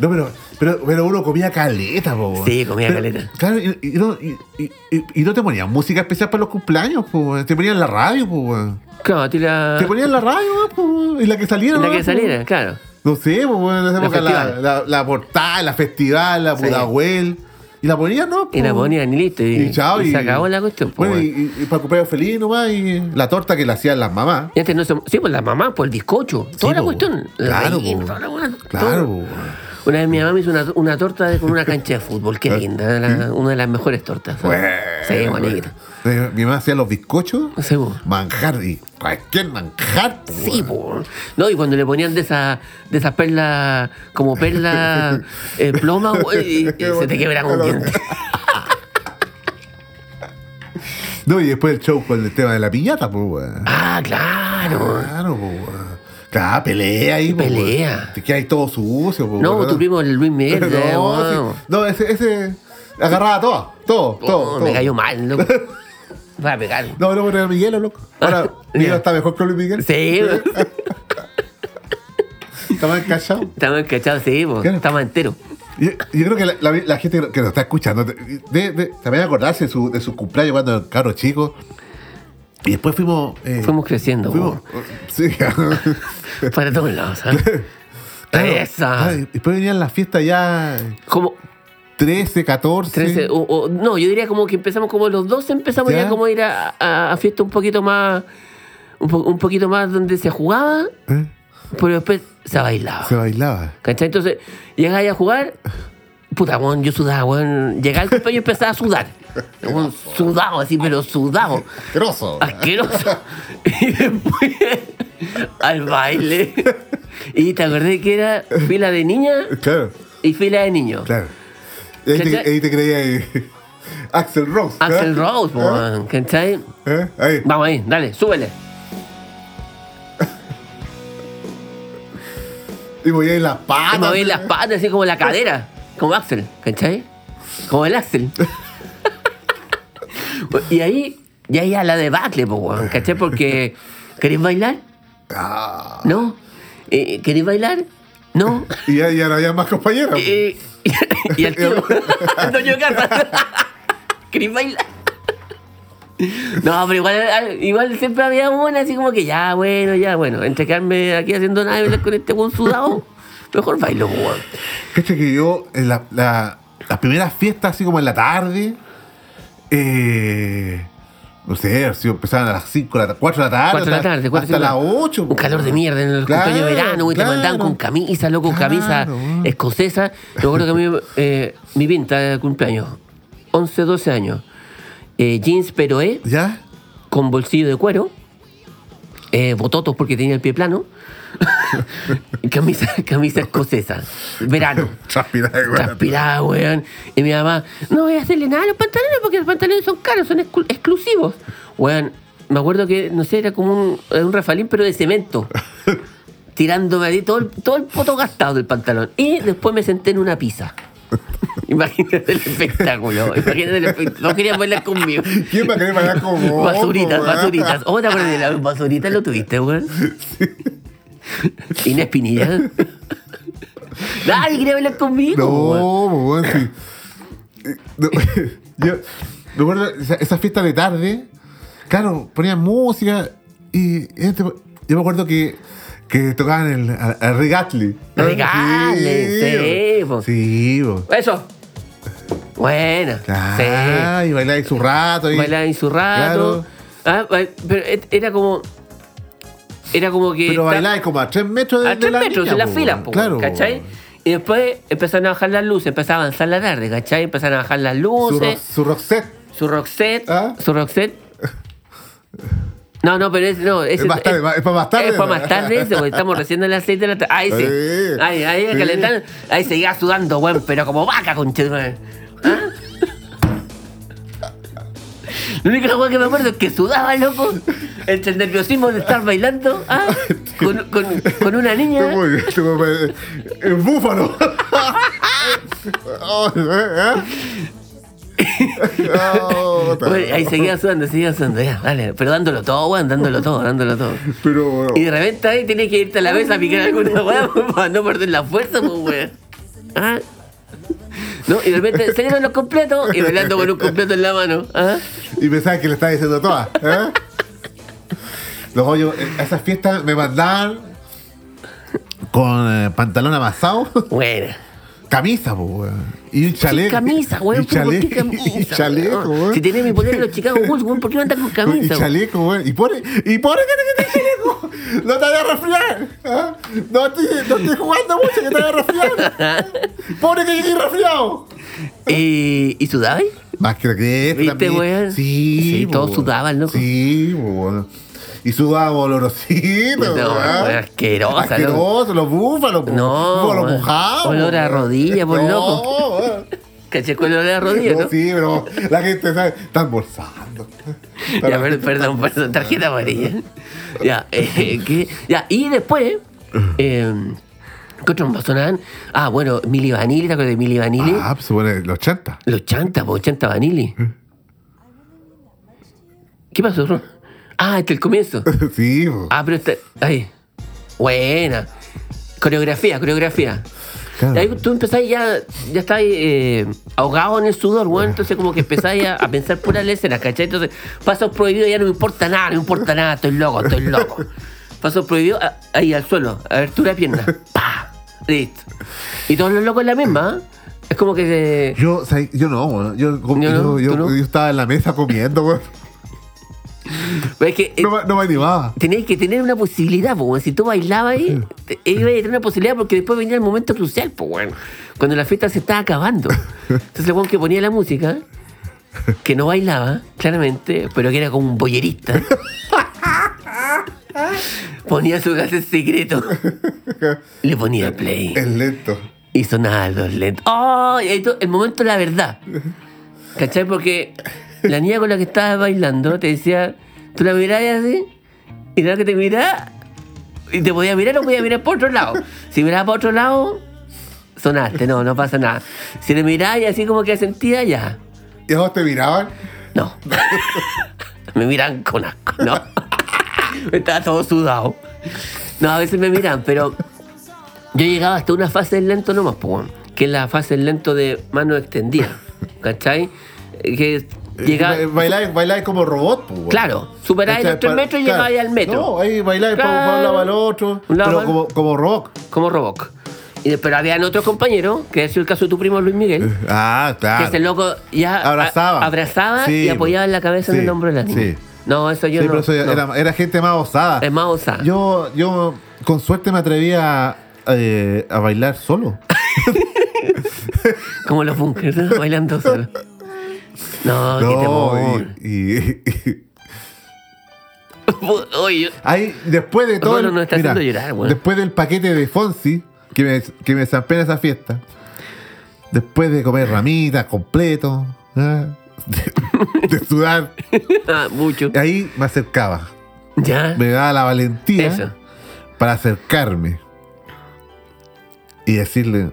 Speaker 1: No, pero, pero, pero uno comía caleta, po. weón.
Speaker 2: Sí, comía
Speaker 1: Pero,
Speaker 2: caleta.
Speaker 1: Claro, y, y no, y, y- y- y no te ponían música especial para los cumpleaños, po. weón. Te ponían la radio, po. weón.
Speaker 2: Claro, tira.
Speaker 1: Te ponían la radio, po. weón, Y la que saliera.
Speaker 2: Ah. La
Speaker 1: weón,
Speaker 2: que
Speaker 1: po.
Speaker 2: saliera, claro.
Speaker 1: No sé, po, weón, en esa
Speaker 2: La
Speaker 1: época la,
Speaker 2: festival.
Speaker 1: la, la portada, la festival, la
Speaker 2: Sí.
Speaker 1: Pudahuel. Y la ponían, ¿no? po?
Speaker 2: Y la ponían y listo. Y,
Speaker 1: Oh. Y chao,
Speaker 2: y
Speaker 1: y,
Speaker 2: se acabó la cuestión, po,
Speaker 1: Bueno,
Speaker 2: weón.
Speaker 1: y, y- y para el cumpleaños feliz nomás, y la torta que le hacían las mamás.
Speaker 2: Y antes no se... Sí, pues la mamá, pues el bizcocho, toda
Speaker 1: Sí,
Speaker 2: la
Speaker 1: po,
Speaker 2: cuestión. La
Speaker 1: claro,
Speaker 2: gallina,
Speaker 1: po.
Speaker 2: toda la weá,
Speaker 1: Claro,
Speaker 2: todo.
Speaker 1: po.
Speaker 2: Una vez mi mamá me hizo una, una torta de- con una cancha de fútbol, qué linda, la- una de las mejores tortas. sí,
Speaker 1: Ah, Bueno,
Speaker 2: bonita.
Speaker 1: eh, Mi mamá hacía los bizcochos,
Speaker 2: Sí, po.
Speaker 1: manjar, y cualquier manjar, po,
Speaker 2: Sí, po. No, y cuando le ponían de esas de esas perlas, como perlas eh, ploma, güey, y- y se te quebraban un diente.
Speaker 1: No, y después el show con el tema de la piñata, pues, weón.
Speaker 2: Ah, claro.
Speaker 1: Claro, pues, weón. Claro, pelea ahí, po,
Speaker 2: Pelea.
Speaker 1: weón. Te queda ahí todo sucio, pues.
Speaker 2: No, tu primo el Luis Miguel.
Speaker 1: No,
Speaker 2: ya,
Speaker 1: sí.
Speaker 2: weón.
Speaker 1: No, ese, ese agarraba todo, todo, todo.
Speaker 2: Oh, me
Speaker 1: todo.
Speaker 2: cayó mal, loco. Va a pegar.
Speaker 1: No, no, pero era Miguel, loco.
Speaker 2: Ah,
Speaker 1: Ahora, Miguel
Speaker 2: ya.
Speaker 1: está mejor que Luis Miguel.
Speaker 2: Sí, pues.
Speaker 1: Está más encachado.
Speaker 2: estaba encachado, sí, pues. po.
Speaker 1: Claro.
Speaker 2: estaba entero.
Speaker 1: Yo, yo creo que la, la- la gente que nos está escuchando de- de- de- también acordarse de su, de su cumpleaños cuando eran cabros chicos. Y después fuimos. eh,
Speaker 2: Fuimos creciendo,
Speaker 1: fuimos- Sí,
Speaker 2: po, para todos lados. ¿eh?
Speaker 1: claro.
Speaker 2: Esa.
Speaker 1: Ah, y Después venían las fiestas ya
Speaker 2: Como
Speaker 1: 13, 14.
Speaker 2: 13, o, o- no, yo diría como que empezamos como los 12, empezamos
Speaker 1: Ya.
Speaker 2: ya, como a ir a, a, a fiesta un poquito más, un, po- un poquito más donde se jugaba,
Speaker 1: ¿eh?
Speaker 2: pero después se bailaba.
Speaker 1: Se bailaba.
Speaker 2: ¿Cachai? Entonces, llegaba ahí a jugar, puta, weón, yo sudaba, weón. Llegaba el cumpleaños y empezaba a sudar. Weón, sudado, así, pero sudado.
Speaker 1: Grosso.
Speaker 2: Asqueroso. Y después al baile. Y te acordé que era fila de niñas
Speaker 1: Claro,
Speaker 2: y fila de niños.
Speaker 1: claro. Y ahí, te,
Speaker 2: ¿Cachai?
Speaker 1: ahí te creía eh, Axel Rose. ¿eh?
Speaker 2: Axel Rose, po, weón, ¿cachai?
Speaker 1: ¿Eh? Ahí.
Speaker 2: Vamos ahí, dale, súbele.
Speaker 1: Y movía ahí las patas.
Speaker 2: Me moví las patas así como la cadera, como Axel, ¿cachai? Como el Axel. y ahí, y ahí a la debacle, po, weón, ¿cachai? Porque, ¿queréis bailar?
Speaker 1: Ah.
Speaker 2: ¿No? Eh, ¿Queréis bailar? ¿No?
Speaker 1: Y ya, ya no había más compañeros.
Speaker 2: Eh, y al tío, Doño Carpa, ¿queréis bailar? No, pero igual, igual siempre había una así como que ya, bueno, ya, bueno, entre quedarme aquí haciendo nada y hablar con este buen sudado, mejor bailo, po, weón.
Speaker 1: Cacha que yo, en la, la- las primeras fiestas, así como en la tarde, eh, no sé, si empezaban a las 5, la, 4 de la tarde,
Speaker 2: Cuatro de la
Speaker 1: Ah, hasta-
Speaker 2: tarde, cuatro
Speaker 1: hasta
Speaker 2: de la
Speaker 1: las
Speaker 2: tarde.
Speaker 1: 8.
Speaker 2: Un calor de mierda en el cumpleaños de verano, güey. Te mandaban con camisa, loco,
Speaker 1: Claro,
Speaker 2: camisa
Speaker 1: güey.
Speaker 2: escocesa. Yo recuerdo que a mí, eh, mi pinta de cumpleaños, 11, 12 años. Eh, jeans peroé,
Speaker 1: ¿Ya?
Speaker 2: con bolsillo de cuero. Eh, bototos porque tenía el pie plano. camisa, camisa escocesa. Verano.
Speaker 1: Transpirada, güey.
Speaker 2: Transpirada, weón. Y mi mamá, no voy a hacerle nada a los pantalones porque los pantalones son caros, son exclu- exclusivos. Weón, me acuerdo que, no sé, era como un, era un rafalín, pero de cemento. Tirándome ahí todo el, todo el poto gastado del pantalón. Y después me senté en una pizza. Imagínate el espectáculo. Imagínate el espectáculo. No querían bailar conmigo.
Speaker 1: ¿Quién va a querer bailar con vos,
Speaker 2: Basuritas,
Speaker 1: güey?
Speaker 2: basuritas. ¿O te acuerdas de la basurita? ¿Lo tuviste, weón? Inés Pinilla. Nadie quería bailar conmigo.
Speaker 1: No,
Speaker 2: weón.
Speaker 1: weón, sí. Eh, no, yo recuerdo esa, esa fiesta de tarde, claro, ponían música y este- yo me acuerdo que, que tocaban el, a, a Regatli.
Speaker 2: Regatli, sí, po.
Speaker 1: Ah, Sí, po.
Speaker 2: Eso. Buena.
Speaker 1: Ah, y bailaba ahí su rato.
Speaker 2: Sí.
Speaker 1: Y,
Speaker 2: Bailaba en su rato. Ah, ba- pero et- era como. Era como que.
Speaker 1: pero
Speaker 2: ta-
Speaker 1: bailaba como a tres metros de,
Speaker 2: a
Speaker 1: de
Speaker 2: tres
Speaker 1: la
Speaker 2: metros
Speaker 1: niña,
Speaker 2: en la
Speaker 1: po,
Speaker 2: fila, po,
Speaker 1: Claro.
Speaker 2: ¿cachai? Y después empezaron a bajar las luces, empezaba a avanzar la tarde, ¿cachai? Empezaron a bajar las
Speaker 1: Su, ro-
Speaker 2: luces,
Speaker 1: su Roxette.
Speaker 2: su, Roxette,
Speaker 1: ¿Ah?
Speaker 2: su Roxette. No, no, pero es, no, ese-
Speaker 1: Es más tarde, es para más tarde,
Speaker 2: Es para
Speaker 1: ¿no?
Speaker 2: más tarde, ese, porque estamos recién a las 6 de la tarde. Ahí sí.
Speaker 1: Sí,
Speaker 2: Ahí, ahí,
Speaker 1: sí.
Speaker 2: calentar, ahí seguía sudando, weón, pero como vaca, conchetumare. ¿Ah? Lo único weón, que me acuerdo es que sudaba, loco, entre el nerviosismo de estar bailando ¿ah? con, con- con una niña.
Speaker 1: Muy bien, tú me- el búfalo. Oh, ¿eh? Oh, puta.
Speaker 2: Weón, ahí seguía sudando, seguía sudando, ya, dale, pero dándolo todo, weón, dándolo todo, dándolo todo.
Speaker 1: Pero bueno,
Speaker 2: Y de repente ahí tienes que irte a la mesa a picar alguna weá para no perder la fuerza, pues weón. ¿Ah? No, y de repente se dieron los completos y bailando con un completo en la mano. ¿Ah?
Speaker 1: y pensaba que le estaba diciendo todas. ¿eh? Los hoyos, eh, a esas fiestas me mandaban con eh, pantalón amasado,
Speaker 2: Buena.
Speaker 1: camisa, po, weón. Y un chaleco.
Speaker 2: camisa, weón.
Speaker 1: Y chaleco, y chaleco, weón.
Speaker 2: Si tenés mi polera de los Chicago Bulls, weón, ¿por qué no andas con
Speaker 1: Y
Speaker 2: camisa? weón?
Speaker 1: chaleco, weón. Y pone, y pone que te que te chaleco. No te voy a resfriar. ¿ah? No, estoy, no estoy jugando mucho que te voy a resfriar. Pone que llegué resfriado.
Speaker 2: Eh, ¿Y sudabas?
Speaker 1: Más que la cresta
Speaker 2: ¿Viste,
Speaker 1: también.
Speaker 2: weón?
Speaker 1: Sí,
Speaker 2: Sí,
Speaker 1: po,
Speaker 2: todos
Speaker 1: weón.
Speaker 2: sudaban, loco.
Speaker 1: Sí, po, weón. Y sudaba olorosito,
Speaker 2: No, weón, asquerosa,
Speaker 1: Asqueroso, los búfalos, po.
Speaker 2: No,
Speaker 1: Búfalos
Speaker 2: weón.
Speaker 1: mojados.
Speaker 2: Olor a
Speaker 1: weón.
Speaker 2: rodilla, por
Speaker 1: no,
Speaker 2: loco.
Speaker 1: weón.
Speaker 2: Caché con la rodilla,
Speaker 1: No,
Speaker 2: ¿no?
Speaker 1: Sí, pero la gente sabe, están bolsando.
Speaker 2: Ya, per- perdón, perdón, tarjeta amarilla. Ya, eh, ¿qué? ya y después,
Speaker 1: Mm.
Speaker 2: eh, ¿qué otros más sonaban? Ah, bueno, Mili Vanilli, ¿te acuerdas de Mili Vanilli?
Speaker 1: Ah, pues se pone los chantas.
Speaker 2: Los Chanta, po, Chanta Vanilli.
Speaker 1: ¿Eh?
Speaker 2: ¿Qué pasó, Ron? Ah, este es el comienzo.
Speaker 1: Sí, po.
Speaker 2: Ah, pero está. Ahí. Buena. Coreografía, coreografía.
Speaker 1: Claro.
Speaker 2: Y Ahí tú empezás ya, ya estás eh, ahogado en el sudor, weón. Entonces, como que empezás ya a pensar puras escenas, ¿cachai? Entonces, pasos prohibidos ya no me importa nada, no me importa nada, estoy loco, estoy loco. Pasos prohibidos a- ahí al suelo, abertura de pierna. ¡Pah! Listo. Y todos los locos en la misma, ¿eh? Es como que se.
Speaker 1: Yo, ¿sabes? yo no, weón. yo, com-
Speaker 2: Yo no,
Speaker 1: yo, yo-
Speaker 2: ¿tú no?
Speaker 1: yo estaba en la mesa comiendo, weón.
Speaker 2: Pero es que. eh,
Speaker 1: No, me- no me animaba.
Speaker 2: Tenías que tener una posibilidad, po, weón. Si tú bailabas ahí, te- eh, iba a tener una posibilidad porque después venía el momento crucial, po, weón. Cuando la fiesta se estaba acabando. Entonces el weón que ponía la música, que no bailaba, claramente, pero que era como un boyerista. ponía su gas en secreto. Le ponía play.
Speaker 1: Es lento.
Speaker 2: Y sonaba los lentos. ¡Oh! Y ahí to- El momento de la verdad. ¿Cachai? Porque la niña con la que estabas bailando te decía, tú la mirabas así, y la que te miraba, y te podía mirar o podía mirar por otro lado. Si mirabas por otro lado, sonaste, no, no pasa nada. Si le mirabas y así como que sentía, ya.
Speaker 1: Y a vos te miraban. eh,
Speaker 2: No. me miran con asco, ¿no? Estaba todo sudado. No, a veces me miran, pero yo llegaba hasta una fase del lento nomás, po, weón, que es la fase del lento de mano extendida. ¿Cachai? Eh, Que llegaba.
Speaker 1: Eh, Bailabas bailabas como robot, pues.
Speaker 2: Claro, superáis los tres metros y llegabas al metro.
Speaker 1: No, ahí bailabas para
Speaker 2: Claro.
Speaker 1: un lado al otro.
Speaker 2: Un lado
Speaker 1: Pero
Speaker 2: al-
Speaker 1: como, como rock.
Speaker 2: Como Roboc. Y de- pero habían otros compañeros, que es el caso de tu primo Luis Miguel,
Speaker 1: Ah,
Speaker 2: que
Speaker 1: claro.
Speaker 2: ese loco ya a-
Speaker 1: Abrazaba.
Speaker 2: abrazaba
Speaker 1: Sí,
Speaker 2: y apoyaba la cabeza en
Speaker 1: sí,
Speaker 2: el hombro de la niña.
Speaker 1: sí.
Speaker 2: No, eso
Speaker 1: Sí,
Speaker 2: yo no.
Speaker 1: pero eso ya
Speaker 2: no.
Speaker 1: era, era gente más osada.
Speaker 2: Es más osada.
Speaker 1: Yo, yo con suerte me atreví a, eh, a bailar solo.
Speaker 2: Como los bunkers, ¿no? bailando solo. No, qué
Speaker 1: No,
Speaker 2: temor.
Speaker 1: y- y,
Speaker 2: Oye,
Speaker 1: Ahí, después de todo.
Speaker 2: Rolo
Speaker 1: el-
Speaker 2: nos está haciendo llorar, weón.
Speaker 1: Después del paquete de Fonsi, que me, que me zampé en esa fiesta. Después de comer ramitas, completo. ¿ah? De, de sudar.
Speaker 2: ah, mucho.
Speaker 1: Ahí me acercaba.
Speaker 2: Ya.
Speaker 1: Me daba la valentía
Speaker 2: Eso.
Speaker 1: para acercarme. Y decirle.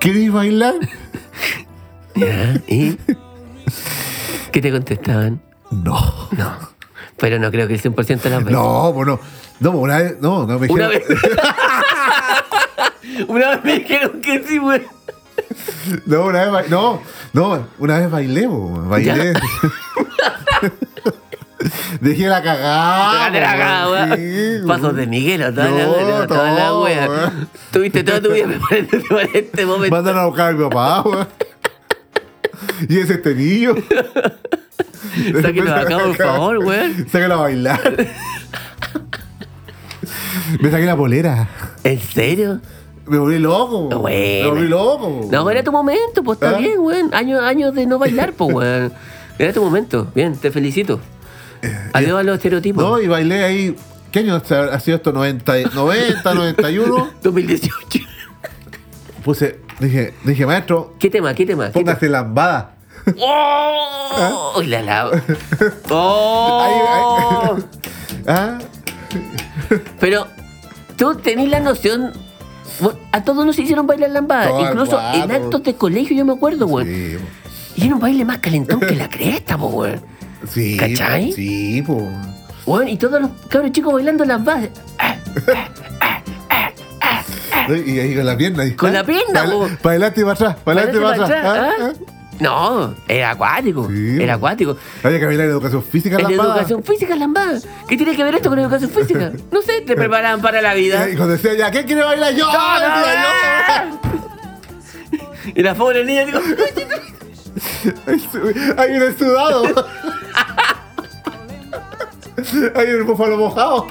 Speaker 1: ¿Queréis bailar?
Speaker 2: Ya. ¿Y? ¿Qué te contestaban?
Speaker 1: No.
Speaker 2: No. Pero no creo que el 100% de las veces.
Speaker 1: No, pues no. No, pues una vez. No, no me
Speaker 2: Una
Speaker 1: dijeron-
Speaker 2: vez. Una vez me dijeron que sí, güey.
Speaker 1: No, una vez, ba- no, no, una vez bailé, bo, bailé. Dejé la cagada.
Speaker 2: Dejate la cagada,
Speaker 1: bo,
Speaker 2: güey.
Speaker 1: Ah, sí,
Speaker 2: Pasos de Miguel, a toda la
Speaker 1: No,
Speaker 2: wea, toda la
Speaker 1: no,
Speaker 2: wea.
Speaker 1: güey.
Speaker 2: Tuviste toda tu vida preparándote para este
Speaker 1: bo.
Speaker 2: momento.
Speaker 1: Mandaron a buscar a mi papá, bo. Y ese este niño.
Speaker 2: Sáquenlo de acá, por favor, güey.
Speaker 1: Sáquenlo a bailar. Me saqué la polera.
Speaker 2: ¿En serio?
Speaker 1: Me volví loco. bo. Me
Speaker 2: Bueno.
Speaker 1: volví loco. bo.
Speaker 2: No, era tu momento, pues está
Speaker 1: ¿Ah?
Speaker 2: bien, weón. Años, años de no bailar, pues, weón. Era tu momento. Bien, te felicito. Adiós a los estereotipos.
Speaker 1: Eh, No, y bailé ahí. ¿Qué año ha sido esto? 90, 90 91.
Speaker 2: 2018.
Speaker 1: Puse, dije, dije, maestro,
Speaker 2: ¿Qué tema? ¿Qué tema? ¿Qué tema?
Speaker 1: póngase lambada.
Speaker 2: ¡Oh! ¡Ay, la lava!
Speaker 1: Ahí,
Speaker 2: ¡Oh!
Speaker 1: ¿Ah?
Speaker 2: Pero tú tenés la noción. vos- A todos nos hicieron bailar lambada.
Speaker 1: Todo
Speaker 2: Incluso
Speaker 1: aguado.
Speaker 2: en actos de colegio, yo me acuerdo, güey.
Speaker 1: Sí, po.
Speaker 2: Y era un baile más calentón que la cresta, po, güey.
Speaker 1: Sí,
Speaker 2: ¿Cachai?
Speaker 1: po, Sí, po.
Speaker 2: Güey, y todos los cabros chicos bailando lambada. Ah,
Speaker 1: Y ahí con la pierna. ahí.
Speaker 2: Con la pierna,
Speaker 1: Para
Speaker 2: po.
Speaker 1: para adelante y para atrás. Para adelante y para
Speaker 2: parece
Speaker 1: atrás.
Speaker 2: para
Speaker 1: ¿Ah?
Speaker 2: atrás, ¿ah? No, era acuático.
Speaker 1: Sí.
Speaker 2: Era acuático.
Speaker 1: ¿Ah? Había que bailar educación física
Speaker 2: El de
Speaker 1: lambada.
Speaker 2: educación física, lambada. ¿Qué tiene que ver esto con educación física? No sé, te preparan para la vida.
Speaker 1: Y cuando decía ya, ¿qué quiere bailar yo? Decía yo.
Speaker 2: Y la pobre niña digo, "Oye,
Speaker 1: Hay un estudado. Hay un búfalo mojado.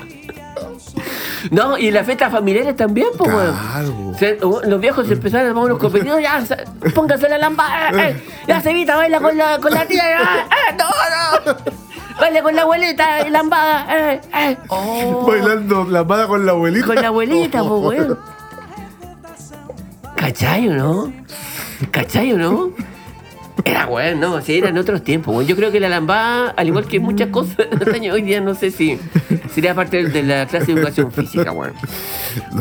Speaker 2: no, y en las fiestas familiares también, pues, weón.
Speaker 1: Claro.
Speaker 2: Se- o- Los viejos se empezaron a tomar unos competidos, ya, sa- pónganse la lámpara, eh, eh, la cebita baila con la, con la tía, ah, ah, no, no, baila con la abuelita, eh, lambada, eh, eh. Oh,
Speaker 1: Bailando lambada con la abuelita.
Speaker 2: con la abuelita, pues, weón. ¿Cachai o no? ¿Cachai o no? Era weón, no, sí, eran otros tiempos, weón. Yo creo que la lambada, al igual que muchas cosas de los años hoy día, no sé si sería parte de la clase de educación física, weón.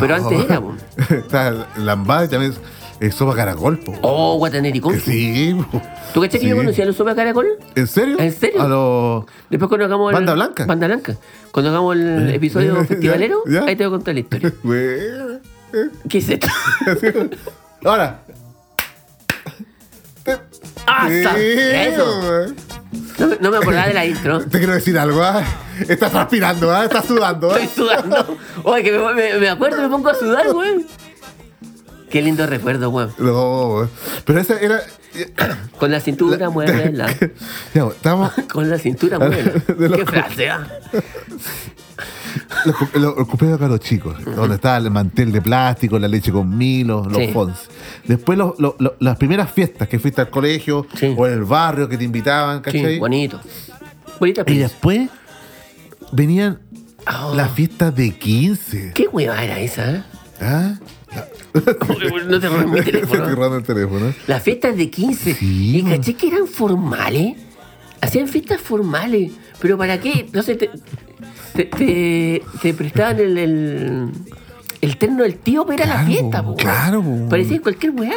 Speaker 2: Pero antes era, weón.
Speaker 1: Está lambada y también es, es sopa caracol, po.
Speaker 2: Oh, guatanericón.
Speaker 1: Que Sí, po.
Speaker 2: ¿Tú cachai que
Speaker 1: Sí.
Speaker 2: yo conocía a los sopa caracol?
Speaker 1: ¿En serio?
Speaker 2: ¿En serio?
Speaker 1: A los.
Speaker 2: Después cuando hagamos
Speaker 1: Banda
Speaker 2: el,
Speaker 1: Blanca. Eh,
Speaker 2: Banda Blanca. Cuando hagamos el episodio
Speaker 1: ya,
Speaker 2: festivalero,
Speaker 1: ya.
Speaker 2: ahí te voy a contar la historia.
Speaker 1: Bueno.
Speaker 2: ¿Qué es esto?
Speaker 1: Ahora.
Speaker 2: ¡Ah, sa-
Speaker 1: Sí,
Speaker 2: Eso.
Speaker 1: weón.
Speaker 2: No, me- no me acordaba de la intro.
Speaker 1: Te quiero decir algo, ¿ah? Estás transpirando, ¿ah? Estás sudando, ¿ah?
Speaker 2: Estoy sudando. Oye, que me, me, me acuerdo, me pongo a sudar, weón. Qué lindo recuerdo, weón.
Speaker 1: No, weón. pero esa era.
Speaker 2: Con la cintura, muévela.
Speaker 1: Ya, weón, estábamos.
Speaker 2: Con la cintura, muévela.
Speaker 1: De los-
Speaker 2: Qué frase, ah.
Speaker 1: Los, cum- los- los cumpleaños acá los chicos, donde estaba el mantel de plástico, la leche con milo, los
Speaker 2: Sí.
Speaker 1: fons. Después los- los- los- las primeras fiestas que fuiste al colegio
Speaker 2: Sí.
Speaker 1: o en el barrio que te invitaban, ¿cachai?
Speaker 2: Sí, bonito. Bonita
Speaker 1: y
Speaker 2: experiencia.
Speaker 1: después venían
Speaker 2: Ah,
Speaker 1: las fiestas de 15.
Speaker 2: ¿Qué hueva era esa? eh?
Speaker 1: ¿Ah?
Speaker 2: No te robes mi
Speaker 1: Estoy
Speaker 2: teléfono.
Speaker 1: agarrando el teléfono.
Speaker 2: Las fiestas de 15.
Speaker 1: Sí,
Speaker 2: y
Speaker 1: man.
Speaker 2: caché que eran formales. Hacían fiestas formales. ¿Pero para qué? No sé, te, te, te- te prestaban el, el, el terno del tío para ir a la
Speaker 1: Claro,
Speaker 2: fiesta, po, weón.
Speaker 1: claro, po.
Speaker 2: Parecía cualquier weá.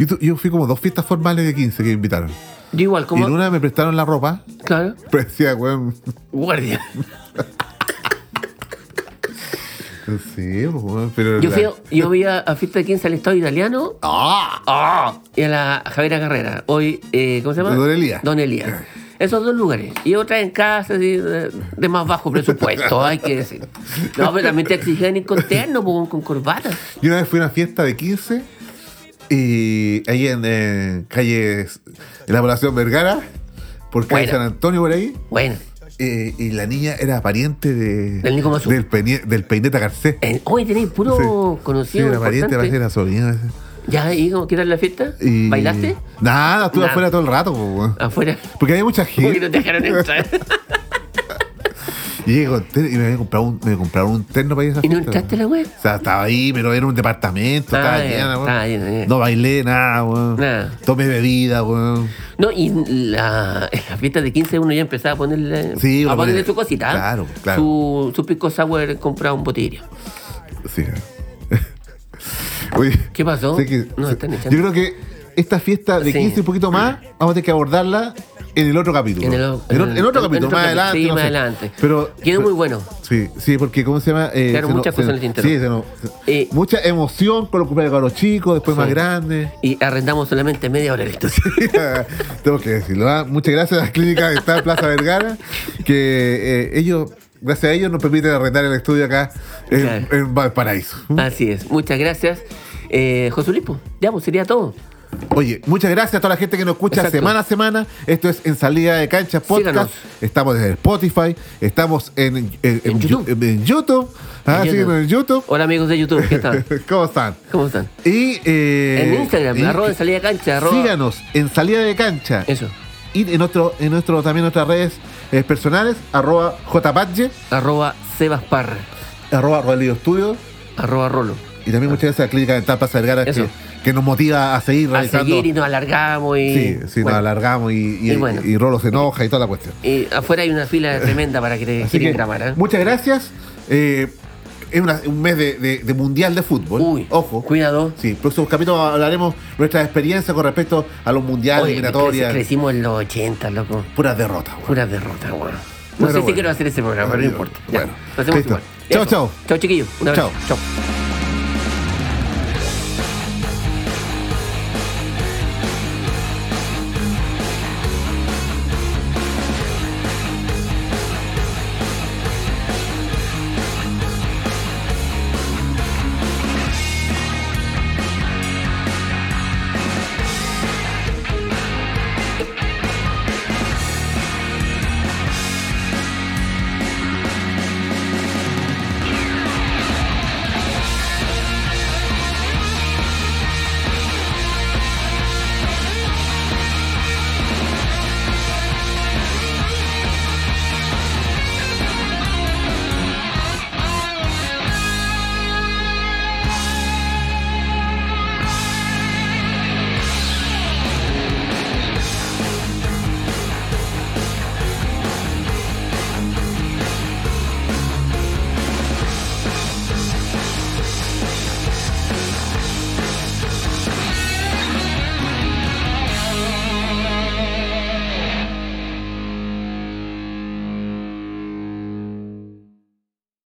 Speaker 1: Yo, tu- yo fui como dos fiestas formales de 15 que me invitaron.
Speaker 2: Yo igual,
Speaker 1: Y
Speaker 2: como.
Speaker 1: en una me prestaron la ropa,
Speaker 2: Claro,
Speaker 1: pero decía, weón.
Speaker 2: guardia.
Speaker 1: No sé, pues, weón, pero.
Speaker 2: Yo,
Speaker 1: la-
Speaker 2: fui, a- yo vi a, a fiesta de 15 al Estado italiano
Speaker 1: ¡Ah!
Speaker 2: ¡Ah! y a la Javiera Carrera. Hoy, eh, ¿cómo se llama?
Speaker 1: Don Elías.
Speaker 2: Don Elías. Esos dos lugares. Y otra en casa así, de, de más bajo presupuesto, hay que decir. No, pero también te exigían ir con terno, po, con corbata.
Speaker 1: Yo una vez fui a una fiesta de 15 y ahí en eh, calle en la población Vergara, por calle
Speaker 2: Buena.
Speaker 1: San Antonio por ahí,
Speaker 2: Bueno,
Speaker 1: eh, y la niña era pariente de,
Speaker 2: Del Nico Mazú.
Speaker 1: del, peni- del peineta Garcés.
Speaker 2: en- hoy tenéis
Speaker 1: Sí.
Speaker 2: puro
Speaker 1: Sí,
Speaker 2: conocido.
Speaker 1: era pariente,
Speaker 2: importante.
Speaker 1: parece que era sobrina.
Speaker 2: Ya, ¿y cómo- qué tal la fiesta?
Speaker 1: Y-
Speaker 2: ¿Bailaste?
Speaker 1: Nada, estuve
Speaker 2: Nada.
Speaker 1: afuera todo el rato, po, weón.
Speaker 2: Afuera.
Speaker 1: porque había mucha
Speaker 2: Porque
Speaker 1: gente.
Speaker 2: no te dejaron entrar.
Speaker 1: Y llegué con terno y me, había comprado un, me compraron un terno para ir a esa
Speaker 2: ¿Y no
Speaker 1: fiesta,
Speaker 2: entraste a
Speaker 1: weón.
Speaker 2: la web?
Speaker 1: O sea, estaba ahí, pero era un departamento,
Speaker 2: Ah,
Speaker 1: estaba
Speaker 2: ya,
Speaker 1: llena, weón.
Speaker 2: estaba llena, ya.
Speaker 1: No bailé nada, weón.
Speaker 2: Nada.
Speaker 1: Tomé bebida, weón.
Speaker 2: No, y la, en las fiestas de 15 uno ya empezaba a ponerle,
Speaker 1: Sí,
Speaker 2: a
Speaker 1: uno
Speaker 2: ponerle
Speaker 1: pone-
Speaker 2: su cosita. ¿eh?
Speaker 1: claro, claro.
Speaker 2: Su, su pico sour comprado en botella.
Speaker 1: Sí. Oye,
Speaker 2: ¿Qué pasó?
Speaker 1: sé que-
Speaker 2: Nos
Speaker 1: sé-
Speaker 2: están
Speaker 1: yo
Speaker 2: echando.
Speaker 1: creo que esta fiesta de
Speaker 2: Sí.
Speaker 1: 15 y un poquito más, vamos a tener que abordarla en el otro capítulo.
Speaker 2: En el-
Speaker 1: En o- en
Speaker 2: en-
Speaker 1: otro
Speaker 2: en
Speaker 1: capítulo,
Speaker 2: otro
Speaker 1: más
Speaker 2: capi-
Speaker 1: adelante.
Speaker 2: sí,
Speaker 1: no
Speaker 2: más
Speaker 1: sé.
Speaker 2: adelante.
Speaker 1: Pero, eh,
Speaker 2: Quedó muy
Speaker 1: pero-
Speaker 2: bueno.
Speaker 1: Sí, sí, porque ¿cómo se llama? Eh,
Speaker 2: Quedaron
Speaker 1: se nos-
Speaker 2: muchas
Speaker 1: se
Speaker 2: cosas
Speaker 1: nos-
Speaker 2: en el tintero.
Speaker 1: Sí, se nos- se-
Speaker 2: Eh,
Speaker 1: mucha emoción con los cumpleaños de los chicos, después
Speaker 2: Sí.
Speaker 1: más grandes.
Speaker 2: Y arrendamos solamente media hora de esto.
Speaker 1: Tengo que decirlo. ¿ah? Muchas gracias a las clínicas de esta Plaza Vergara, que eh, ellos, gracias a ellos, nos permiten arrendar el estudio acá en,
Speaker 2: Claro.
Speaker 1: en Valparaíso.
Speaker 2: Así es. Muchas gracias. Eh, Josulipo, ya, pues sería todo.
Speaker 1: Oye, muchas gracias a toda la gente que nos escucha
Speaker 2: Exacto.
Speaker 1: semana a semana. Esto es En Salida de Cancha Podcast.
Speaker 2: Síganos.
Speaker 1: Estamos en Spotify, estamos en, en- en-
Speaker 2: En YouTube.
Speaker 1: en- en YouTube. Ah,
Speaker 2: En
Speaker 1: síguenos en YouTube.
Speaker 2: Hola amigos de YouTube, ¿qué tal?
Speaker 1: ¿Cómo están?
Speaker 2: ¿Cómo están?
Speaker 1: Y, eh,
Speaker 2: En Instagram,
Speaker 1: y-
Speaker 2: arroba en salida de cancha, arroba.
Speaker 1: Síganos en Salida de Cancha.
Speaker 2: Eso.
Speaker 1: y en nuestro, en nuestro, también nuestras redes eh, personales, arroba jpadge,
Speaker 2: Arroba Sebaspar.
Speaker 1: arroba Rodelio Estudio,
Speaker 2: Arroba Rolo.
Speaker 1: y también muchas gracias a Clínica Dental Plaza Vergara
Speaker 2: Eso.
Speaker 1: que, que nos motiva a seguir
Speaker 2: A
Speaker 1: realizando.
Speaker 2: seguir y nos alargamos y.
Speaker 1: sí, sí,
Speaker 2: bueno,
Speaker 1: nos alargamos y, y,
Speaker 2: Y bueno.
Speaker 1: y Rolo se enoja y toda la cuestión.
Speaker 2: y afuera hay una fila tremenda para que te
Speaker 1: Así
Speaker 2: quieren
Speaker 1: que,
Speaker 2: grabar, ¿eh?
Speaker 1: muchas gracias. Eh, es una- un mes de, de- de mundial de fútbol.
Speaker 2: Uy,
Speaker 1: Ojo.
Speaker 2: Cuidado.
Speaker 1: Sí, próximos capítulos hablaremos nuestras experiencias con respecto a los mundiales,
Speaker 2: Oye,
Speaker 1: eliminatorias,
Speaker 2: creci- crecimos en los 80, loco.
Speaker 1: puras derrotas. güey.
Speaker 2: Puras derrotas, weón. No
Speaker 1: Bueno,
Speaker 2: sé si
Speaker 1: bueno.
Speaker 2: quiero hacer ese programa, pero no
Speaker 1: Bueno,
Speaker 2: importa. Ya,
Speaker 1: bueno.
Speaker 2: lo hacemos
Speaker 1: Listo.
Speaker 2: igual.
Speaker 1: Chao,
Speaker 2: Eso.
Speaker 1: chao.
Speaker 2: Chao, chiquillos. Un abrazo.
Speaker 1: Chao.
Speaker 2: Chao.